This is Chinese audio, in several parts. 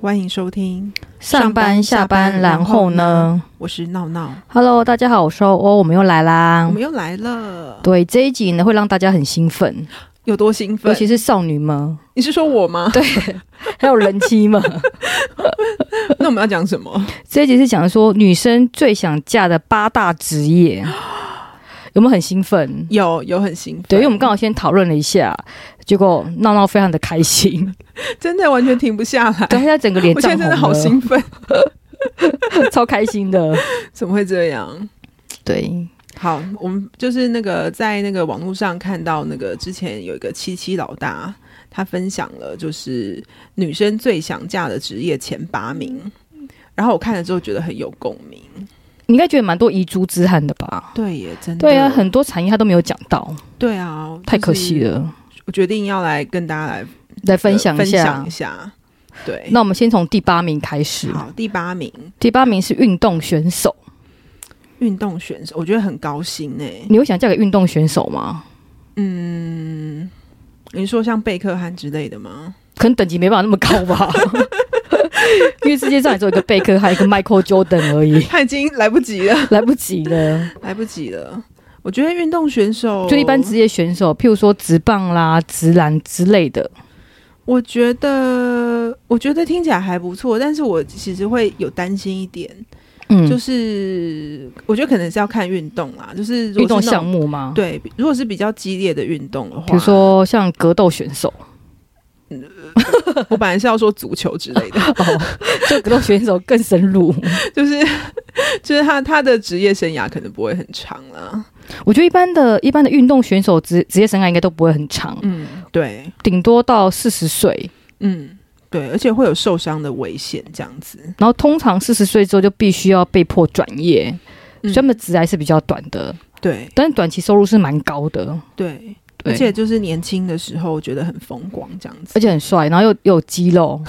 欢迎收听，上班下班然后呢我是闹闹， ？Hello，大家好，我是欧欧，我们又来啦我。们又来了，对这一集呢，会让大家很兴奋，有多兴奋尤？其是少女们，你是说我吗？ 对，还有人妻 们。那我们要讲什么？这一集是讲说女生最想嫁的八大职业，有没有很兴奋？有有很兴奋，对，因为我们刚好先讨论了一下，结果闹闹非常的开心，哎真的完全停不下来， 对，他整个脸我涨现在真红了，的好兴奋， 超开心的。怎么会这样？对，好，我们就是那个在那个网络上看到那个之前有一个七七老大，他分享了就是女生最想嫁的职业前八名，然后我看了之后觉得很有共鸣，你应该觉得蛮多遗珠之憾的吧？对耶，真的，对啊，很多产业他都没有讲到，对啊，太可惜。了。我决定要来跟大家来来分享呃一分下，享一下，对，那我们先从第八名开始。好，第八名第八名是运动选手，运动选手，我觉得很高兴哎、你会想嫁给运动选手吗？嗯，你说像贝克汉之类的吗？可能等级没办法那么高吧， 因为世界上也只有一个贝克，还有一个 Michael Jordan 而已，他已经来不及 了，来不及了。来不及了。我觉得运动选手就一般职业选手，譬如说直棒啦、直篮之类的，我觉得我觉得听起来还不错，但是我其实会有担心一点，嗯，就是是我觉得可能是要看运动啦，就是如果运动是那种项目嘛。，对，如果是比较激烈的运动的话，比如说像格斗选手， 我本来是要说足球之类的，就格斗选手更深入。就是就是他他的职业生涯可能不会很长啦。我觉得一般的、一般的运动选手职职业生涯应该都不会很长，嗯，对，顶多到四十岁。嗯，对，而且会有受伤的危险这样子。然后通常四十岁之后就必须要被迫转业，所以他嗯、们的职还是比较短的，对但是短期收入是蛮高的，对，对而且就是年轻的时候觉得很风光这样子而。且很帅，然后又又有肌肉，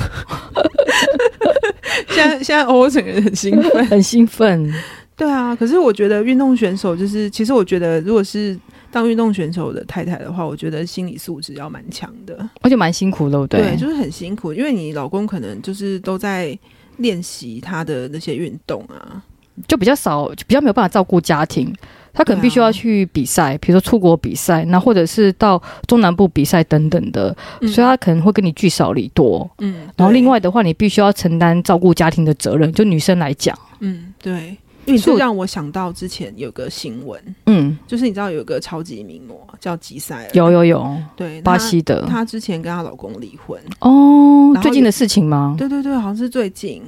现在现在欧整个人很兴奋。很兴奋。 对啊，可是我觉得运动选手就是，其实我觉得如果是当运动选手的太太的话，我觉得心理素质要蛮强的。而且蛮辛苦的，对不对？对，就是很辛苦，因为你老公可能就是都在练习他的那些运动啊。就比较少，就比较没有办法照顾家庭。他可能必须对啊要去比赛，比如说出国比赛，那或者是到中南部比赛等等的，嗯所以他可能会跟你聚少离多。嗯，然后对另外的话，你必须要承担照顾家庭的责任，就女生来讲，嗯，对，因为所以这我让我想到之前有个新闻，嗯，就是你知道有个超级名模叫吉赛尔，有有有，对巴，那西的她之前跟她老公离婚，哦然后，最近的事情吗？对对对，好像是最近。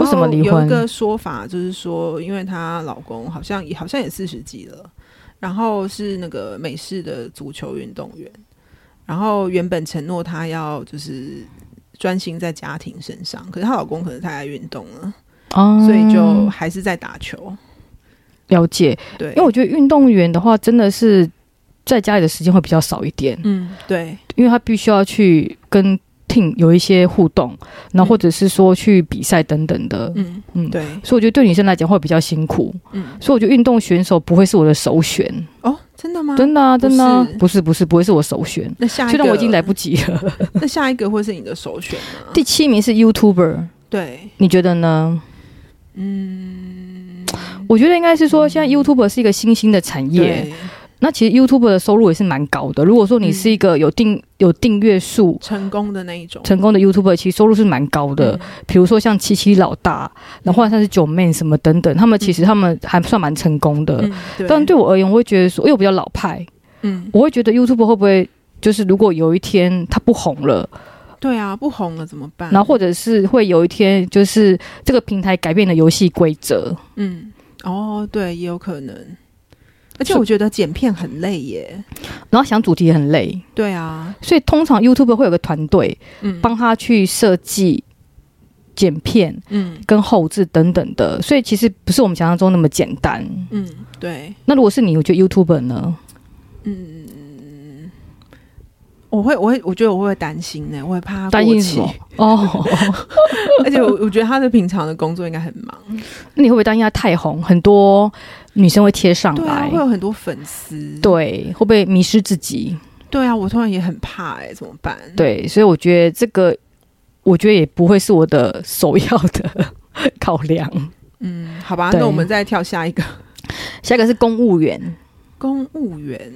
为什么离婚然后有一个说法就是说，因为她老公好像也好像也四十几了，然后是那个美式的足球运动员，然后原本承诺她要就是专心在家庭身上，可是她老公可能太爱运动了，哦，所以就还是在打球。了解。对，因为我觉得运动员的话，真的是在家里的时间会比较少一点，嗯，对，因为他必须要去跟 team 有一些互动，然后或者是说去比赛等等的，嗯嗯对，所以我觉得对女生来讲会比较辛苦。嗯，所以我觉得运动选手不会是我的首选，哦，真的吗？真的啊，不真的啊、是啊不是不是不会是我首选。那下一虽个然我已经来不及 了。那下一个会是你的首选吗？第七名是 YouTuber，对，你觉得呢？嗯，我觉得应该是说，现在 YouTuber 是一个新兴的产业。对，那其实 YouTube 的收入也是蛮高的。如果说你是一个有嗯订、有订阅数成功的那一种成功的 YouTube，其实收入是蛮高的。嗯比如说像七七老大，然后或者像是九妹什么等等，他们其实他们还算蛮成功的。嗯，对，呃但对我而言，我会觉得说，因为我比较老派，嗯，我会觉得 YouTube 会不会就是如果有一天它不红了，对啊，不红了怎么办？然后或者是会有一天就是这个平台改变了游戏规则，嗯，哦，对，也有可能。而且我觉得剪片很累耶。然后想主题也很累，对啊，所以通常 YouTube 会有个团队嗯，帮他去设计剪片。嗯跟后置等等的，所以其实不是我们想象中那么简单。嗯，对，那如果是你，我觉得 YouTube 呢？我会，我会，我觉得我会担心呢，我会怕他担啊过心期什么？？哦， 而且我我觉得他的平常的工作应该很忙，那你会不会担心它太红，很多女生会贴上对啊，来会？有很多粉丝，对，会不会迷失自己？欸对啊，我突然也很怕哎，怎么办？对，所以我觉得这个我觉得也不会是我的首要的 考量。嗯，好吧，对那我们再跳下一个下一个是公务员， 公务员。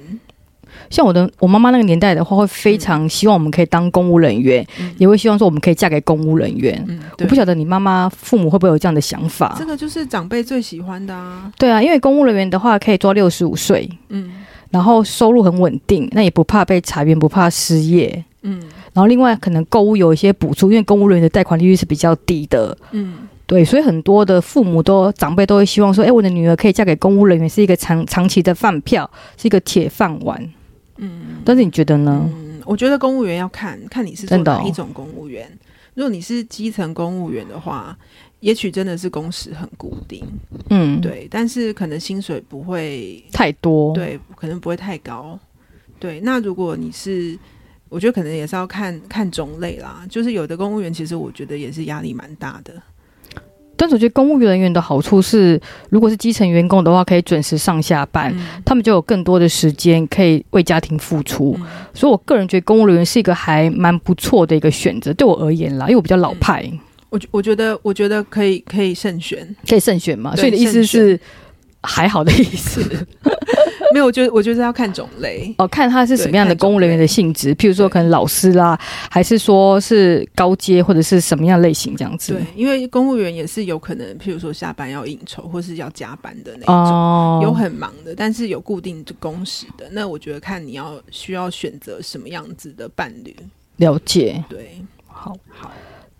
像我的我妈妈那个年代的话，会非常希望我们可以当公务人员，嗯也会希望说我们可以嫁给公务人员。嗯，我对不，晓得你妈妈父母会不会有这样的想法这？个就是长辈最喜欢的啊。对啊，因为公务人员的话可以做到六十五岁，嗯然后收入很稳定，那也不怕被裁员，不怕失业。嗯然后另外可能购物有一些补助，因为公务人员的贷款利率是比较低的，嗯，对，所以很多的父母都长辈都会希望说，哎，我的女儿可以嫁给公务人员，是一个长长期的饭票，是一个铁饭碗。嗯，但是你觉得呢？嗯我觉得公务员要看看你是做真的哦哪一种公务员。如果你是基层公务员的话，也许真的是工时很固定，嗯，，对，但是可能薪水不会，太多，，对，可能不会太高。对，那如果你是，我觉得可能也是要看看种类啦。就是有的公务员，其实我觉得也是压力蛮大的。但是我觉得公务人员的好处是，如果是基层员工的话，可以准时上下班，嗯他们就有更多的时间可以为家庭付出。所以，我个人觉得公务人员是一个还蛮不错的一个选择，对我而嗯言啦，因为我比较老派，我觉我觉得我觉得可以可以慎 选，可以慎选嘛，对所以你的意慎思选是还好的意思。 没有，我觉得我觉得要看种类。哦，看他是什么样的对看种公务人员的性质，譬如说对可能老师啦，还是说是高阶或者是什么样类型这样子对。，因为公务员也是有可能，譬如说下班要应酬或是要加班的那一种，哦，有很忙的，但是有固定的工时的。那我觉得看你要需要选择什么样子的伴侣。了解。对，好，好，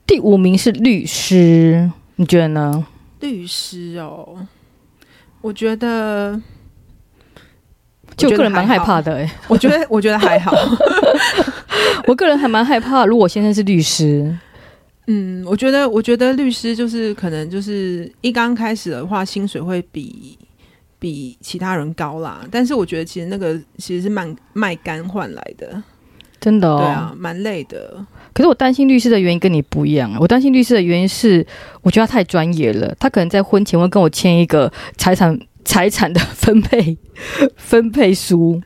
第五名是律师，你觉得呢？律师哦，我觉得，就觉我个得人蛮还害好怕的、 欸，我觉得我觉得还好。我个人还蛮害怕。如果先生是律师，嗯，我觉得我觉得律师就是可能就是一刚开始的话，薪水会比。比其他人高啦，但是我觉得其实那个其实是蛮卖肝换来的，真的哦。对啊，蛮累的。可是我担心律师的原因跟你不一样啊，我担心律师的原因是，我觉得他太专业了，他可能在婚前会跟我签一个财产财产的分配 分配书，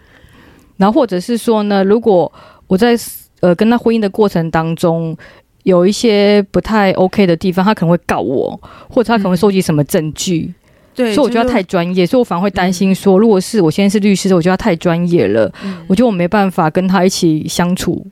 然后或者是说呢，如果我在呃跟他婚姻的过程当中。有一些不太 OK 的地方，他可能会告我，或者他可能会收集什么证据，嗯对，所以我觉得他就太专业，所以我反而会担心说，如果是我现在是律师，我觉得他太专业了，嗯我觉得我没办法跟他一起相处，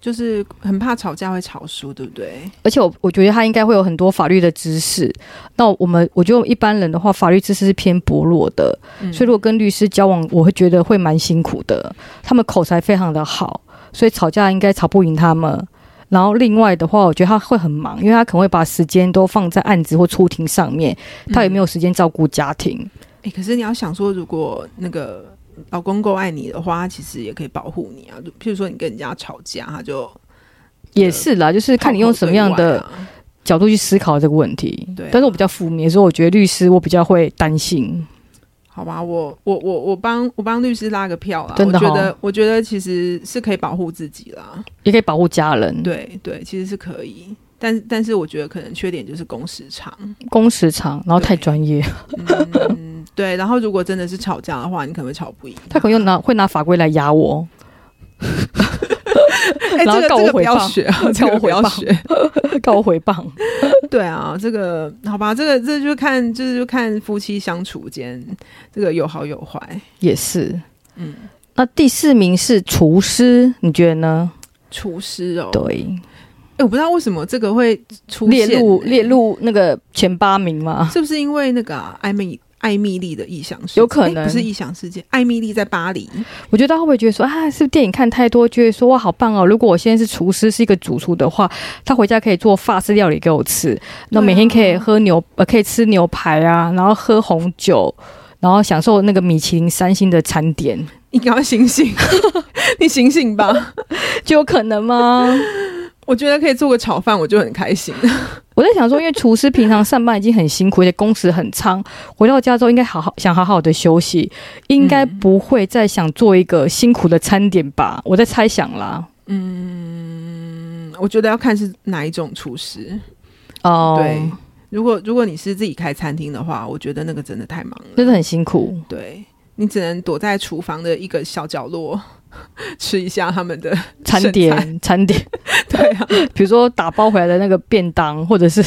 就是很怕吵架会吵输，对不对？而且我我觉得他应该会有很多法律的知识。那我们我觉得一般人的话，法律知识是偏薄弱的，嗯所以如果跟律师交往，我会觉得会蛮辛苦的。他们口才非常的好，所以吵架应该吵不赢他们。然后另外的话，我觉得他会很忙，因为他可能会把时间都放在案子或出庭上面，嗯他也没有时间照顾家庭。哎、可是你要想说，如果那个老公够爱你的话，他其实也可以保护你啊。就譬如说你跟人家吵架，他就也是啦，就是看你用什么样的炮口对外啊角度去思考这个问题。对啊但是我比较负面，所以我觉得律师我比较会担心。好吧，我我我我帮我帮律师拉个票啦。真的我觉哦得我觉得其实是可以保护自己啦。也可以保护家人，，对对，其实是可以，但但是我觉得可能缺点就是工时长。工时长，然后太对专业， 嗯，对。然后如果真的是吵架的话，你可能会吵不赢他可能用拿嗯会拿法规来压我。 哎，然这后个告这我个不诽要谤学啊， 这告个我不诽要谤学。告我回谤， 对啊，这个好吧，这个这就看这就看夫妻相处间这个有好有坏。也是。嗯，那第四名是厨师，你觉得呢？厨师哦，对，哎，我不知道为什么这个会出列现入欸列，入那个前八名嘛。 是不是因为那个啊艾米艾米丽的异想世界？有可哎能不是异想世界，艾米丽在巴黎。我觉得他会不会觉得说啊，是不是电影看太多，觉得说哇好棒哦？如果我现在是厨师，是一个主厨的话，他回家可以做法式料理给我吃，那每天可以喝牛呃可以吃牛排啊，然后喝红酒，然后享受那个米其林三星的餐点， 你赶快醒醒，你醒醒吧！就有可能吗？我觉得可以做个炒饭，我就很开心。我在想说，因为厨师平常上班已经很辛苦，而且工时很长，回到家之后应该好好想好好的休息，应该不会再想做一个辛苦的餐点吧？我在猜想啦。嗯我觉得要看是哪一种厨师。哦、对，如果如果你是自己开餐厅的话，我觉得那个真的太忙了，真的很辛苦。对。你只能躲在厨房的一个小角落 吃一下他们的 餐剩菜。点餐点，对啊，比如说打包回来的那个便当，或者是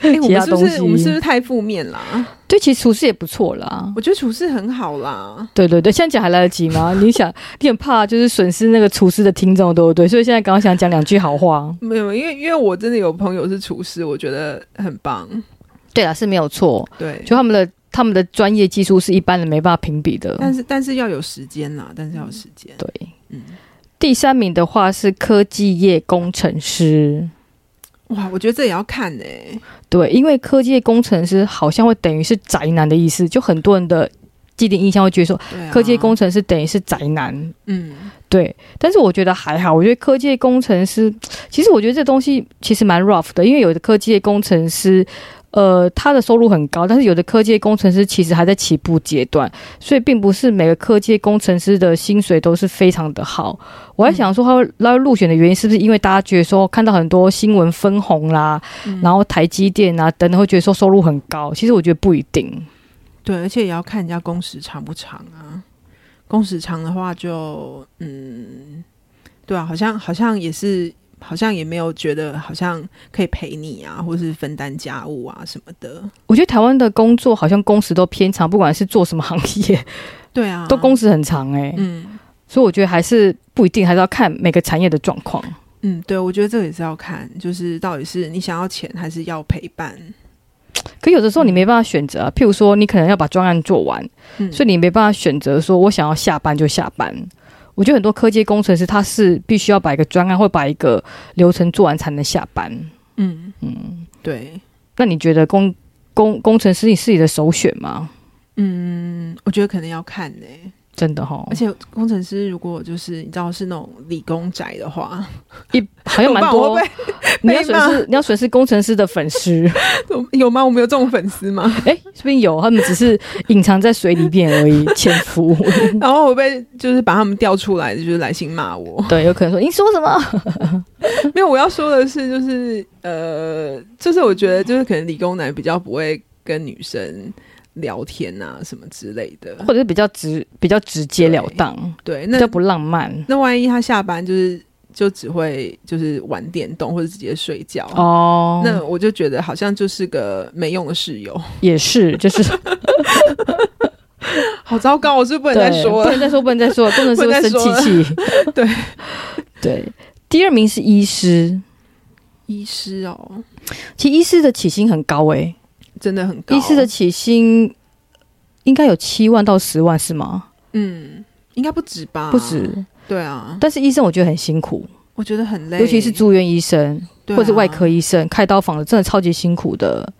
哎、我其们他是不东是西我们是不是太负面啦？ 对，其实厨师也不错啦。我觉得厨师很好啦。对对对，现在讲还来得及 吗？你想，你很怕就是损失那个厨师的听众，对不对？所以现在刚刚想讲两句好话。没有，因为因为我真的有朋友是厨师，我觉得很棒。对啦，是没有错，对，就他们的他们的专业技术是一般人没办法评比的。但是但是要有时间啦，但是要有时间。对，嗯第三名的话是科技业工程师。嗯哇，我觉得这也要看呢、对，因为科技业工程师好像会等于是宅男的意思，就很多人的既定印象会觉得说，对啊，科技业工程师等于是宅男。嗯，对，但是我觉得还好，我觉得科技业工程师，其实我觉得这东西其实蛮 rough 的，因为有的科技业工程师。呃，他的收入很高，但是有的科技业工程师呃其实还在起步阶段，所以并不是每个科技业工程师的薪水都是非常的好。我还想说他会他会入选的原因是不是因为大家觉得说看到很多新闻分红啦，嗯然后台积电啊等等会觉得说收入很高，其实我觉得不一定。对，而且也要看人家工时长不长啊。工时长的话就，嗯，对啊，好像好像也是，好像也没有觉得好像可以陪你啊，或是分担家务啊什么的。我觉得台湾的工作好像工时都偏长，不管是做什么行业，对啊，都工时很长哎、嗯所以我觉得还是不一定，还是要看每个产业的状况。嗯，对，我觉得这个也是要看，就是到底是你想要钱还是要陪伴。可有的时候你没办法选择啊、譬如说你可能要把专案做完，嗯，所以你没办法选择说我想要下班就下班。我觉得很多科技工程师他是必须要把一个专案或把一个流程做完才能下班。嗯嗯，对，那你觉得工工工程师你是你的首选吗？嗯，我觉得可能要看呢、真的哈而，且工程师如果就是你知道是那种理工宅的话，一好哎像蛮怎么多办。你要被骂损失你要损失工程师的粉丝， 我被 有吗？我们有这种粉丝吗？哎、是不是有？他们只是隐藏在水里面而已，潜伏。 然后我被就是把他们调出来，就是来信骂我。 对，有可能说你说什么？没有，我要说的是，就是呃，就是我觉得就是可能理工男比较不会跟女生聊天啊什么之类的。或者是比较直、比较直截了当，对，比那较不浪漫那万一他下班就是就只会就是玩电动或者直接睡觉。哦。那我就觉得好像就是个没用的室友， 也是，就是好糟糕！我是不能再对说不了。能再说，不能 再说了，工程师会生气气。对对，第二名是医师，医师哦，其实医师的起薪很高诶、真的很高。医师的起薪应该有七万到十万是吗？嗯，应该不止吧？不止，对啊，但是医生我觉得很辛苦，我觉得很累，尤其是住院医生。对啊或者外科医生、开刀房的，真的超级辛苦的，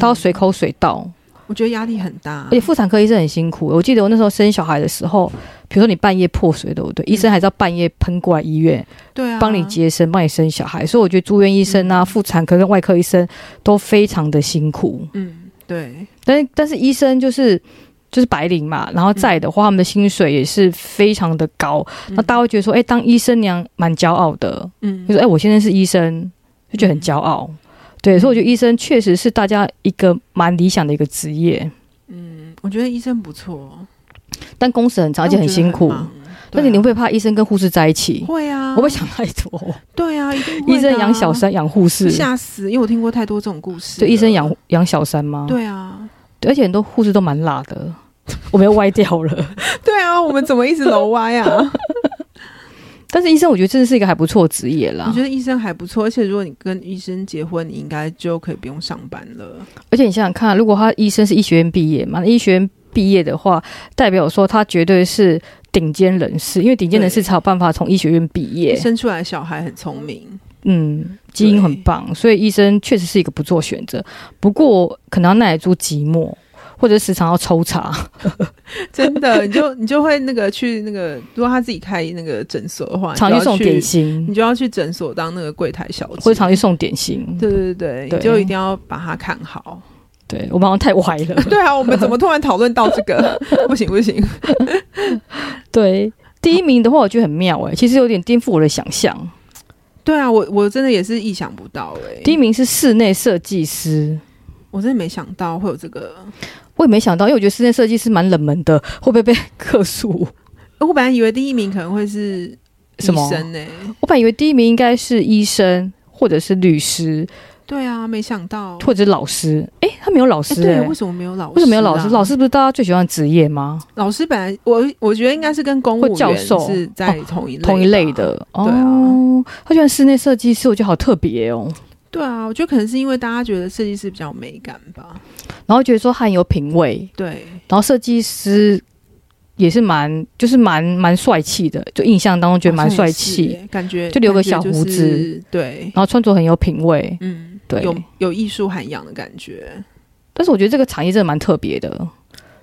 他要嗯随口随到，我觉得压力很大而，且妇产科医生很辛苦。我记得我那时候生小孩的时候，比如说你半夜破水，对不对？医生还是要半夜喷过来医院对嗯啊，嗯帮你接生、帮你生小孩，所以我觉得住院医生啊、妇产科跟外科医生都非常的辛苦。嗯，对，但是但是医生就是。就是白领嘛，然后嗯再的话，他们的薪水也是非常的高。那大家会觉得说，哎、当医生娘蛮骄傲的。嗯就，是哎、我现在是医生，就觉得很骄傲。对，所以我觉嗯得医生确实是大家一个蛮理想的一个职业，我觉得医生不错，但工时很长，而且但我觉得辛苦。忙对但啊是你会不会怕医生跟护士在一起？会啊，我会想太多，对啊，一定会的啊医生养小，三，养护士，吓死，因为我听过太多这种故事了，对，医生养养小三吗？对啊，对，而且很多护士都蛮辣的， 我们又歪掉了。 对啊，我们怎么一直楼歪啊？但是医生，我觉得真的是一个还不错的职业我啦觉。得医生还不错，而且如果你跟医生结婚，你应该就可以不用上班了。而且你想想看，如果他医生是医学院毕业嘛，那医学院毕业的话，代表说他绝对是顶尖人士，因为顶尖人士对才有办法从医学院毕业。生出来小孩很聪明，嗯，基因很棒，所以医生确实是一个不错的选择。不过可能要耐得住寂寞，或者时常要抽查。 真的，你就你就会那个去那个，如果他自己开那个诊所的话，你常就啊去要送点，心，你就要去诊所当那个柜台小姐，或者常去送点心。对对对，对你就一定要把它看 好。对我们好像太歪了。对啊，我们怎么突然讨论到这个？不行不行， 对，第一名的话我觉得很妙哎、其实有点颠覆我的想象。对啊，我我真的也是意想不到哎、第一名是室内设计师，我真的没想到会有这个，我也没想到，因为我觉得室内设计是蛮冷门的，会不会被 克数？呃我本来以为第一名可能会是医什么生欸呢、我本来以为第一名应该是医生，或者是律师，对啊，没想到。或者是老师。诶，他没有老哎、师、诶对，为什么没有老师、啊？为什么没有老师？老师师不是大家最喜欢的职业吗？老师本来我我觉得应该是跟公务或教授哦员是在同一类、同一类。的哦。对啊他居然室内设计师，我觉得好特别哦。对啊，我觉得可能是因为大家觉得设计师比较有美感吧。然后觉得说他很有品味，对，然后设计师也是蛮就是蛮蛮帅气的，就印象当中觉得蛮好帅像也气，是耶，感觉就留个小胡感子觉就是对，然后穿着很有品味。嗯，对有有艺术涵养的感觉。但是我觉得这个产业真的蛮特别的，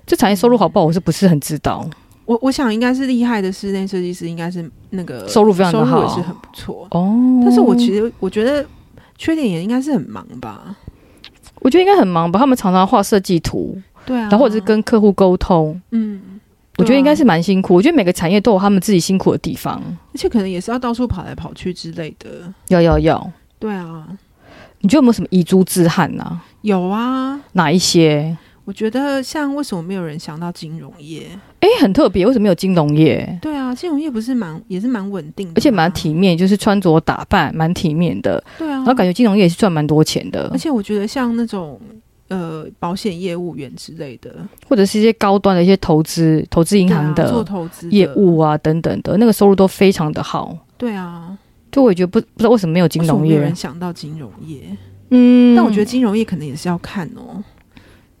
这产业收入好不好，我是不是很知道？我我想应该是厉害的室内设计师，应该是那个收入非常的好呃收入也是很不错。哦，但是我其实我觉得缺点也应该是很忙吧。我觉得应该很忙吧，他们常常画设计图，对啊，然后或者是跟客户沟通，嗯，我觉得应该对啊是蛮辛苦。我觉得每个产业都有他们自己辛苦的地方，而且可能也是要到处跑来跑去之类的。要要要。对啊，你觉得有没有什么遗珠之憾呢、有啊。哪一些？我觉得像为什么没有人想到金融业？哎，很特别，为什么没有金融业？对啊，金融业不是蛮也是蛮稳定的，而且蛮。体面，就是穿着打扮蛮体面的，对啊，然后感觉金融业也是赚蛮多钱的而，且我觉得像那种呃保险业务员之类的，或者是一些高端的一些投资、投资银行对啊、做的投资的业务啊等等的，那个收入都非常的好。对啊，就我也觉得不不知道为什么没有金为什么融没有业人，想到金融业，嗯，但我觉得金融业可能也是要看哦，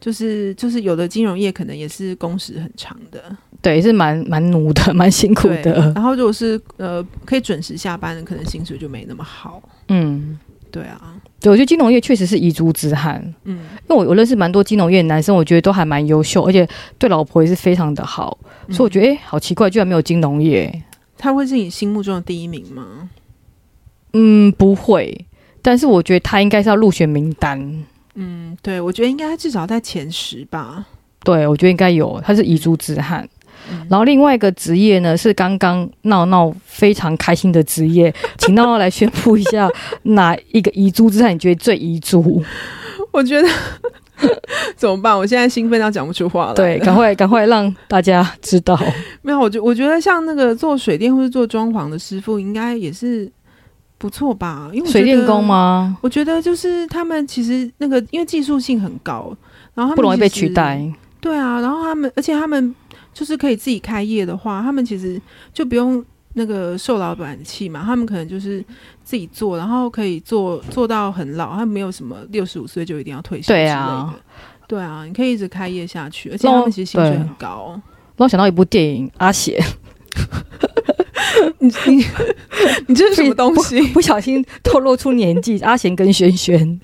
就是就是有的金融业可能也是工时很长的，对是蛮蛮努的，蛮辛苦对的，然后如果是呃可以准时下班的，可能薪水就没那么好。嗯。对啊，对，我觉得金融业确实是遗珠之憾，嗯，因为我我认识蛮多金融业的男生，我觉得都还蛮优秀，而且对老婆也是非常的好，所以我觉得得哎、诶好奇怪，居然没有金融业。他会是你心目中的第一名吗？嗯，不会。但是我觉得他应该是要入选名单，嗯，对，我觉得应该至少在前十吧。对我觉得应该有，他是遗珠之憾。嗯然后另外一个职业呢，是刚刚闹闹非常开心的 职业，请闹闹来宣布一下哪一个遗珠之憾你觉得最遗珠？ 我觉得怎么办？我现在兴奋到讲不出话来了。对，赶快赶快让大家知道。没有，我觉我觉得像那个做水电或是做装潢的师傅，应该也是不错吧？因为我觉水得电工？吗？我觉得就是他们其实那个因为技术性很高，然后他们不容易被其实取代。。对啊，然后他们，而且他们就是可以自己开业的话，他们其实就不用那个受老板气嘛，他们可能就是自己做，然后可以做做到很老，他们没有什么六十五岁就一定要退休之类对的。啊对啊，你可以一直开业下去，而且他那我们其实薪水对啊很高。 让我想到一部电影《阿血》，你你 你这是什么东西？不小心透露出年纪，阿贤跟轩轩。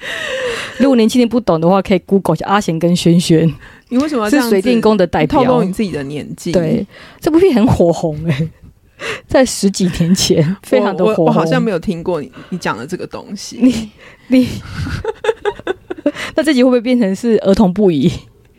如果年轻人不懂的话，可以 Google 一下阿贤跟轩轩，你为什哦么要这是样子水电工的代透露表你。自己的年纪？对，这部片很火红哎、在十几年前我，非常的火我红。我好像没有听过你你讲的这个东西。 你你，那这集会不会变成是儿童不宜？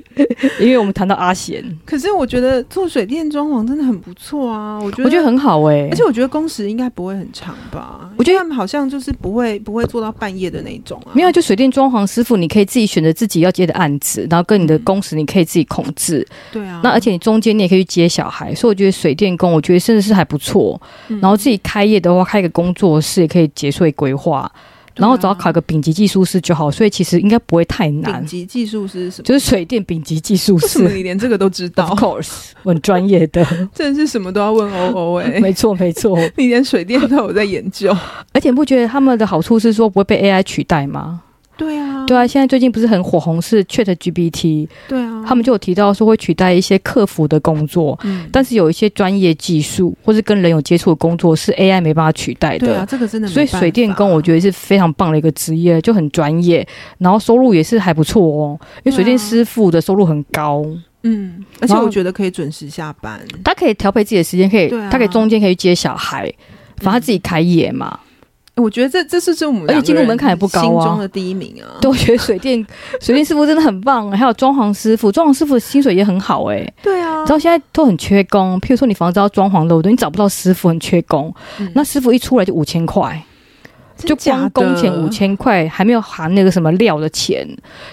因为我们谈到阿贤，可是我觉得做水电装潢真的很不错啊，我觉得我觉得很好哎、而且我觉得工时应该不会很长吧？我觉因得为他们好像就是不会不会做到半夜的那一种啊。没有，就水电装潢师傅，你可以自己选择自己要接的案子，然后跟你的工时你可以自己控制。对嗯啊，那而且你中间你也可以去接小孩，所以我觉得水电工，我觉得甚至是还不错。嗯然后自己开业的话，开一个工作室也可以节税规划，然啊后只要考一个丙级技术师就好，所以其实应该不会太难顶。级技术是什么？就是水电丙级技术为什么师你连这个都知道，of？course，我很专业 的，真的是什么都要 问欧欧哎，没错没错。你连水电都有在研 究？而且你不觉得他们的好处是说不会被 AI 取代吗？对啊，对啊，现在最近不是很火红是 Chat GPT，对啊，他们就有提到说会取代一些客服的工作，嗯但是有一些专业技术或是跟人有接触的工作是 AI 没办法取代对的啊，。这个真的没所以办法。水电工我觉得是非常棒的一个职业，就很专业，然后收入也是还不错哦。因为水电师傅的收入很高，嗯，而且然后我觉得可以准时下班。他可以调配自己的时间，可以、对啊他可以中间可以接小孩，反正他自己开业嘛。我觉得这这是这我们而且两个进入人门槛也不高啊心中的第一名 啊。对，我觉得水 电水电师傅真的很棒，还有装潢师傅，装潢师傅的薪水也很好哎、对啊你知，道现在都很缺工，譬如说你房子要装潢了，我都你找不到师傅，很缺工。嗯那师傅一出来就五千块，就光工钱五，真假的千块，还没有含那个什么料的钱，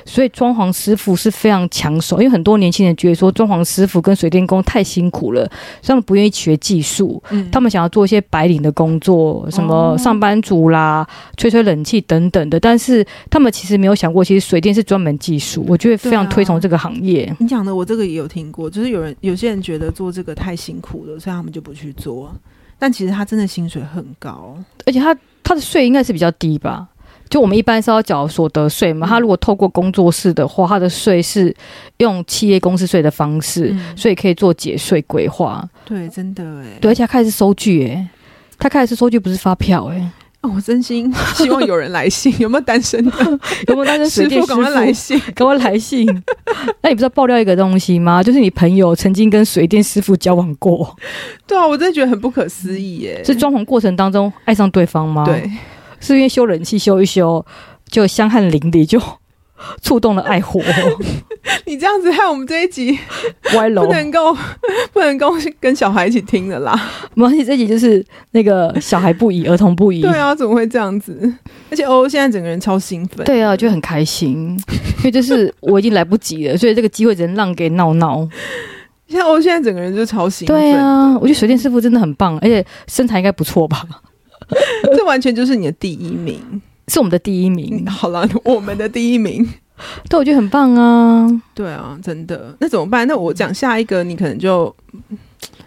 所以装潢师傅是非常抢手。因为很多年轻人觉得说装潢师傅跟水电工太辛苦了，所以他们不愿意学技术，嗯他们想要做一些白领的工作，什么哦上班族啦、吹吹冷气等等的。但是他们其实没有想过，其实水电是专门技术，我觉得非常对啊推崇这个行业。你讲的我这个也有听过，就是有人有些人觉得做这个太辛苦了，所以他们就不去做。但其实他真的薪水很高，而且他他的税应该是比较低吧？就我们一般是要缴所得税嘛，嗯他如果透过工作室的话，他的税是用企业公司税的方式，嗯所以可以做节税规划。对，真的哎，对，而且他开始收据诶、他开始收据不是发票诶、 哦我真 心希望有人来信，有没有单身的有没有当成水师电傅师赶傅快来信？赶快 来信？那你不是要爆料一个东西吗？就是你朋友曾经跟水电师傅交往过，对啊，我真的觉得很不可思议耶。是哦装潢过程当中爱上对方吗？对，是因为修冷气修一修，就香汗淋漓，就触动了 爱火，你这样子害我们这一 集歪楼不。能够 不能够跟小孩一起听了啦。没关系，这集就是那个小孩不宜，儿童不宜。对啊，怎么会这样子？而且欧欧现在整个人超兴奋。对啊，就很开心，因为就是我已经来不及了，所以这个机会只能让给闹闹。现在欧欧现在整个人就超兴奋。对，啊，我觉得水电师傅真的很棒，而且身材应该不错吧？这完全就是你的第一名。是我们的第一名嗯，，好了，我们的第一名。对，我觉得很棒啊。 对啊，真的。那怎么办？那我讲下一个，你可能就嗯应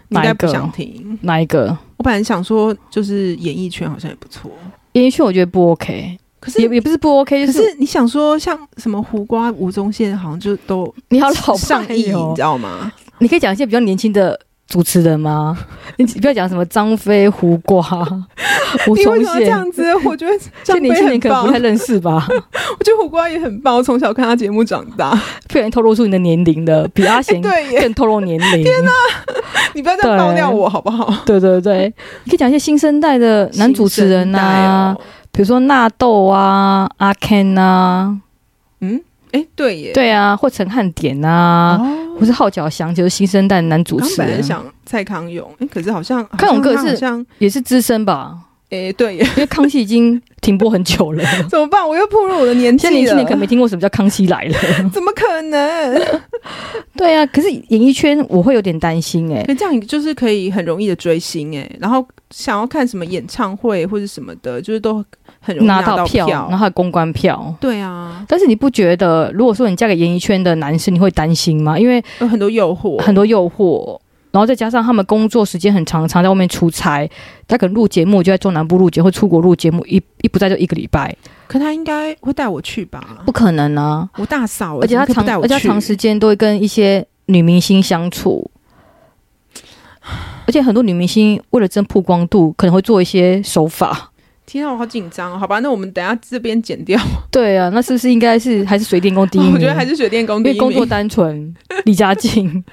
哪一该个不想听。哪一个？我本来想说，就是演艺圈好像也不错，演艺圈我觉得不 OK，可是也也不是不 OK，可就是你想说，像什么胡瓜、吴宗宪，好像就都你要老上派亿，哦你知道吗？你可以讲一些比较年轻的主持人吗？ 你不要讲什么张飞、胡瓜、吴你为什宗么这宪，样子？我 觉得这张年轻飞很人可能棒不，太认 识吧。我觉得胡瓜也很棒。我从小看他节目长 大。不小心透露出你的年龄了，比阿 贤对耶，更透露年龄。天哪！你不要再爆料我好不好？对对对，你可以讲一些新生代的男主持新生人啊代呐、哦，比如说纳豆啊、阿 Ken 啊，嗯，哎，对耶，对啊，或陈汉典啊，哦或是号角响起，就是啊新生代的男主刚持本来人，想蔡康永，诶可是好像康永好像哥他是好像也是资深吧，诶，对 耶，因为康熙已经停播很久 了。怎么办？我又步入我的年纪现在年轻人可能了，，没听过什么叫《康熙来了》怎么可能？ 对啊，可是演艺圈我会有点担心哎、可这样你就是可以很容易的追星诶，然后想要看什么演唱会或者什么的，就是都很容易拿到到票，然后还有公关票，对啊，但是你不觉得，如果说你嫁给演艺圈的男士，你会担心吗？因为有很多诱惑，很多诱惑，然后再加上他们工作时间很长，常在外面出差，他可能录节目就在中南部录节目，或出国录节目，一一不在就一个礼拜，可他应该会带我去吧不？可能啊！我大嫂，而且他怎么可以不长，带我而且他去长时间都会跟一些女明星相处，而且很多女明星为了争曝光度，可能会做一些手法。天啊，我好紧张哦！好吧，那我们等一下这边剪掉。对啊，那是不是应该是还是水电工 第一名？我觉得还是水电工因第为一工作名。单纯，离家 近，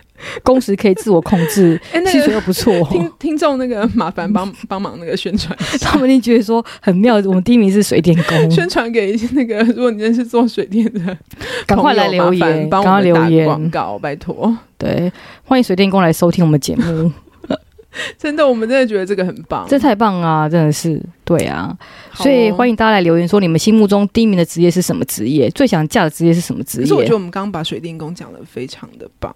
工时可以自我控制，哎、那薪水个又不错。听听众那个麻烦帮帮忙那个宣传，他们一定觉得说很妙，我们第一名是水电 工宣，传给那个， 如果你认识做水电的，赶快来留朋友麻言，烦赶帮快我们留打广言，告，拜托。对，欢迎水电工来收听我们节 目，真的，我们真的觉得这个很棒，这太棒啊，真的是，对啊，好哦 所以欢。迎大家来留言说你们心目中第一名的职业是什么职业，最想嫁的职业是什么职可是我觉业得。我们刚刚把水电工讲的非常的棒，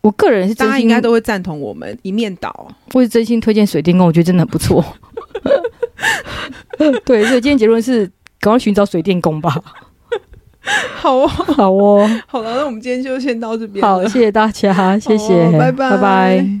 我个人是大真家心，应该都会赞同我们一面倒。我是真心推荐水电工，我觉得真的很 不错。对，所以今天结论是赶快寻找水电工吧。好哦，好哦，好了，那我们今天就先到这边了。好，谢谢大家，谢谢，好拜拜拜拜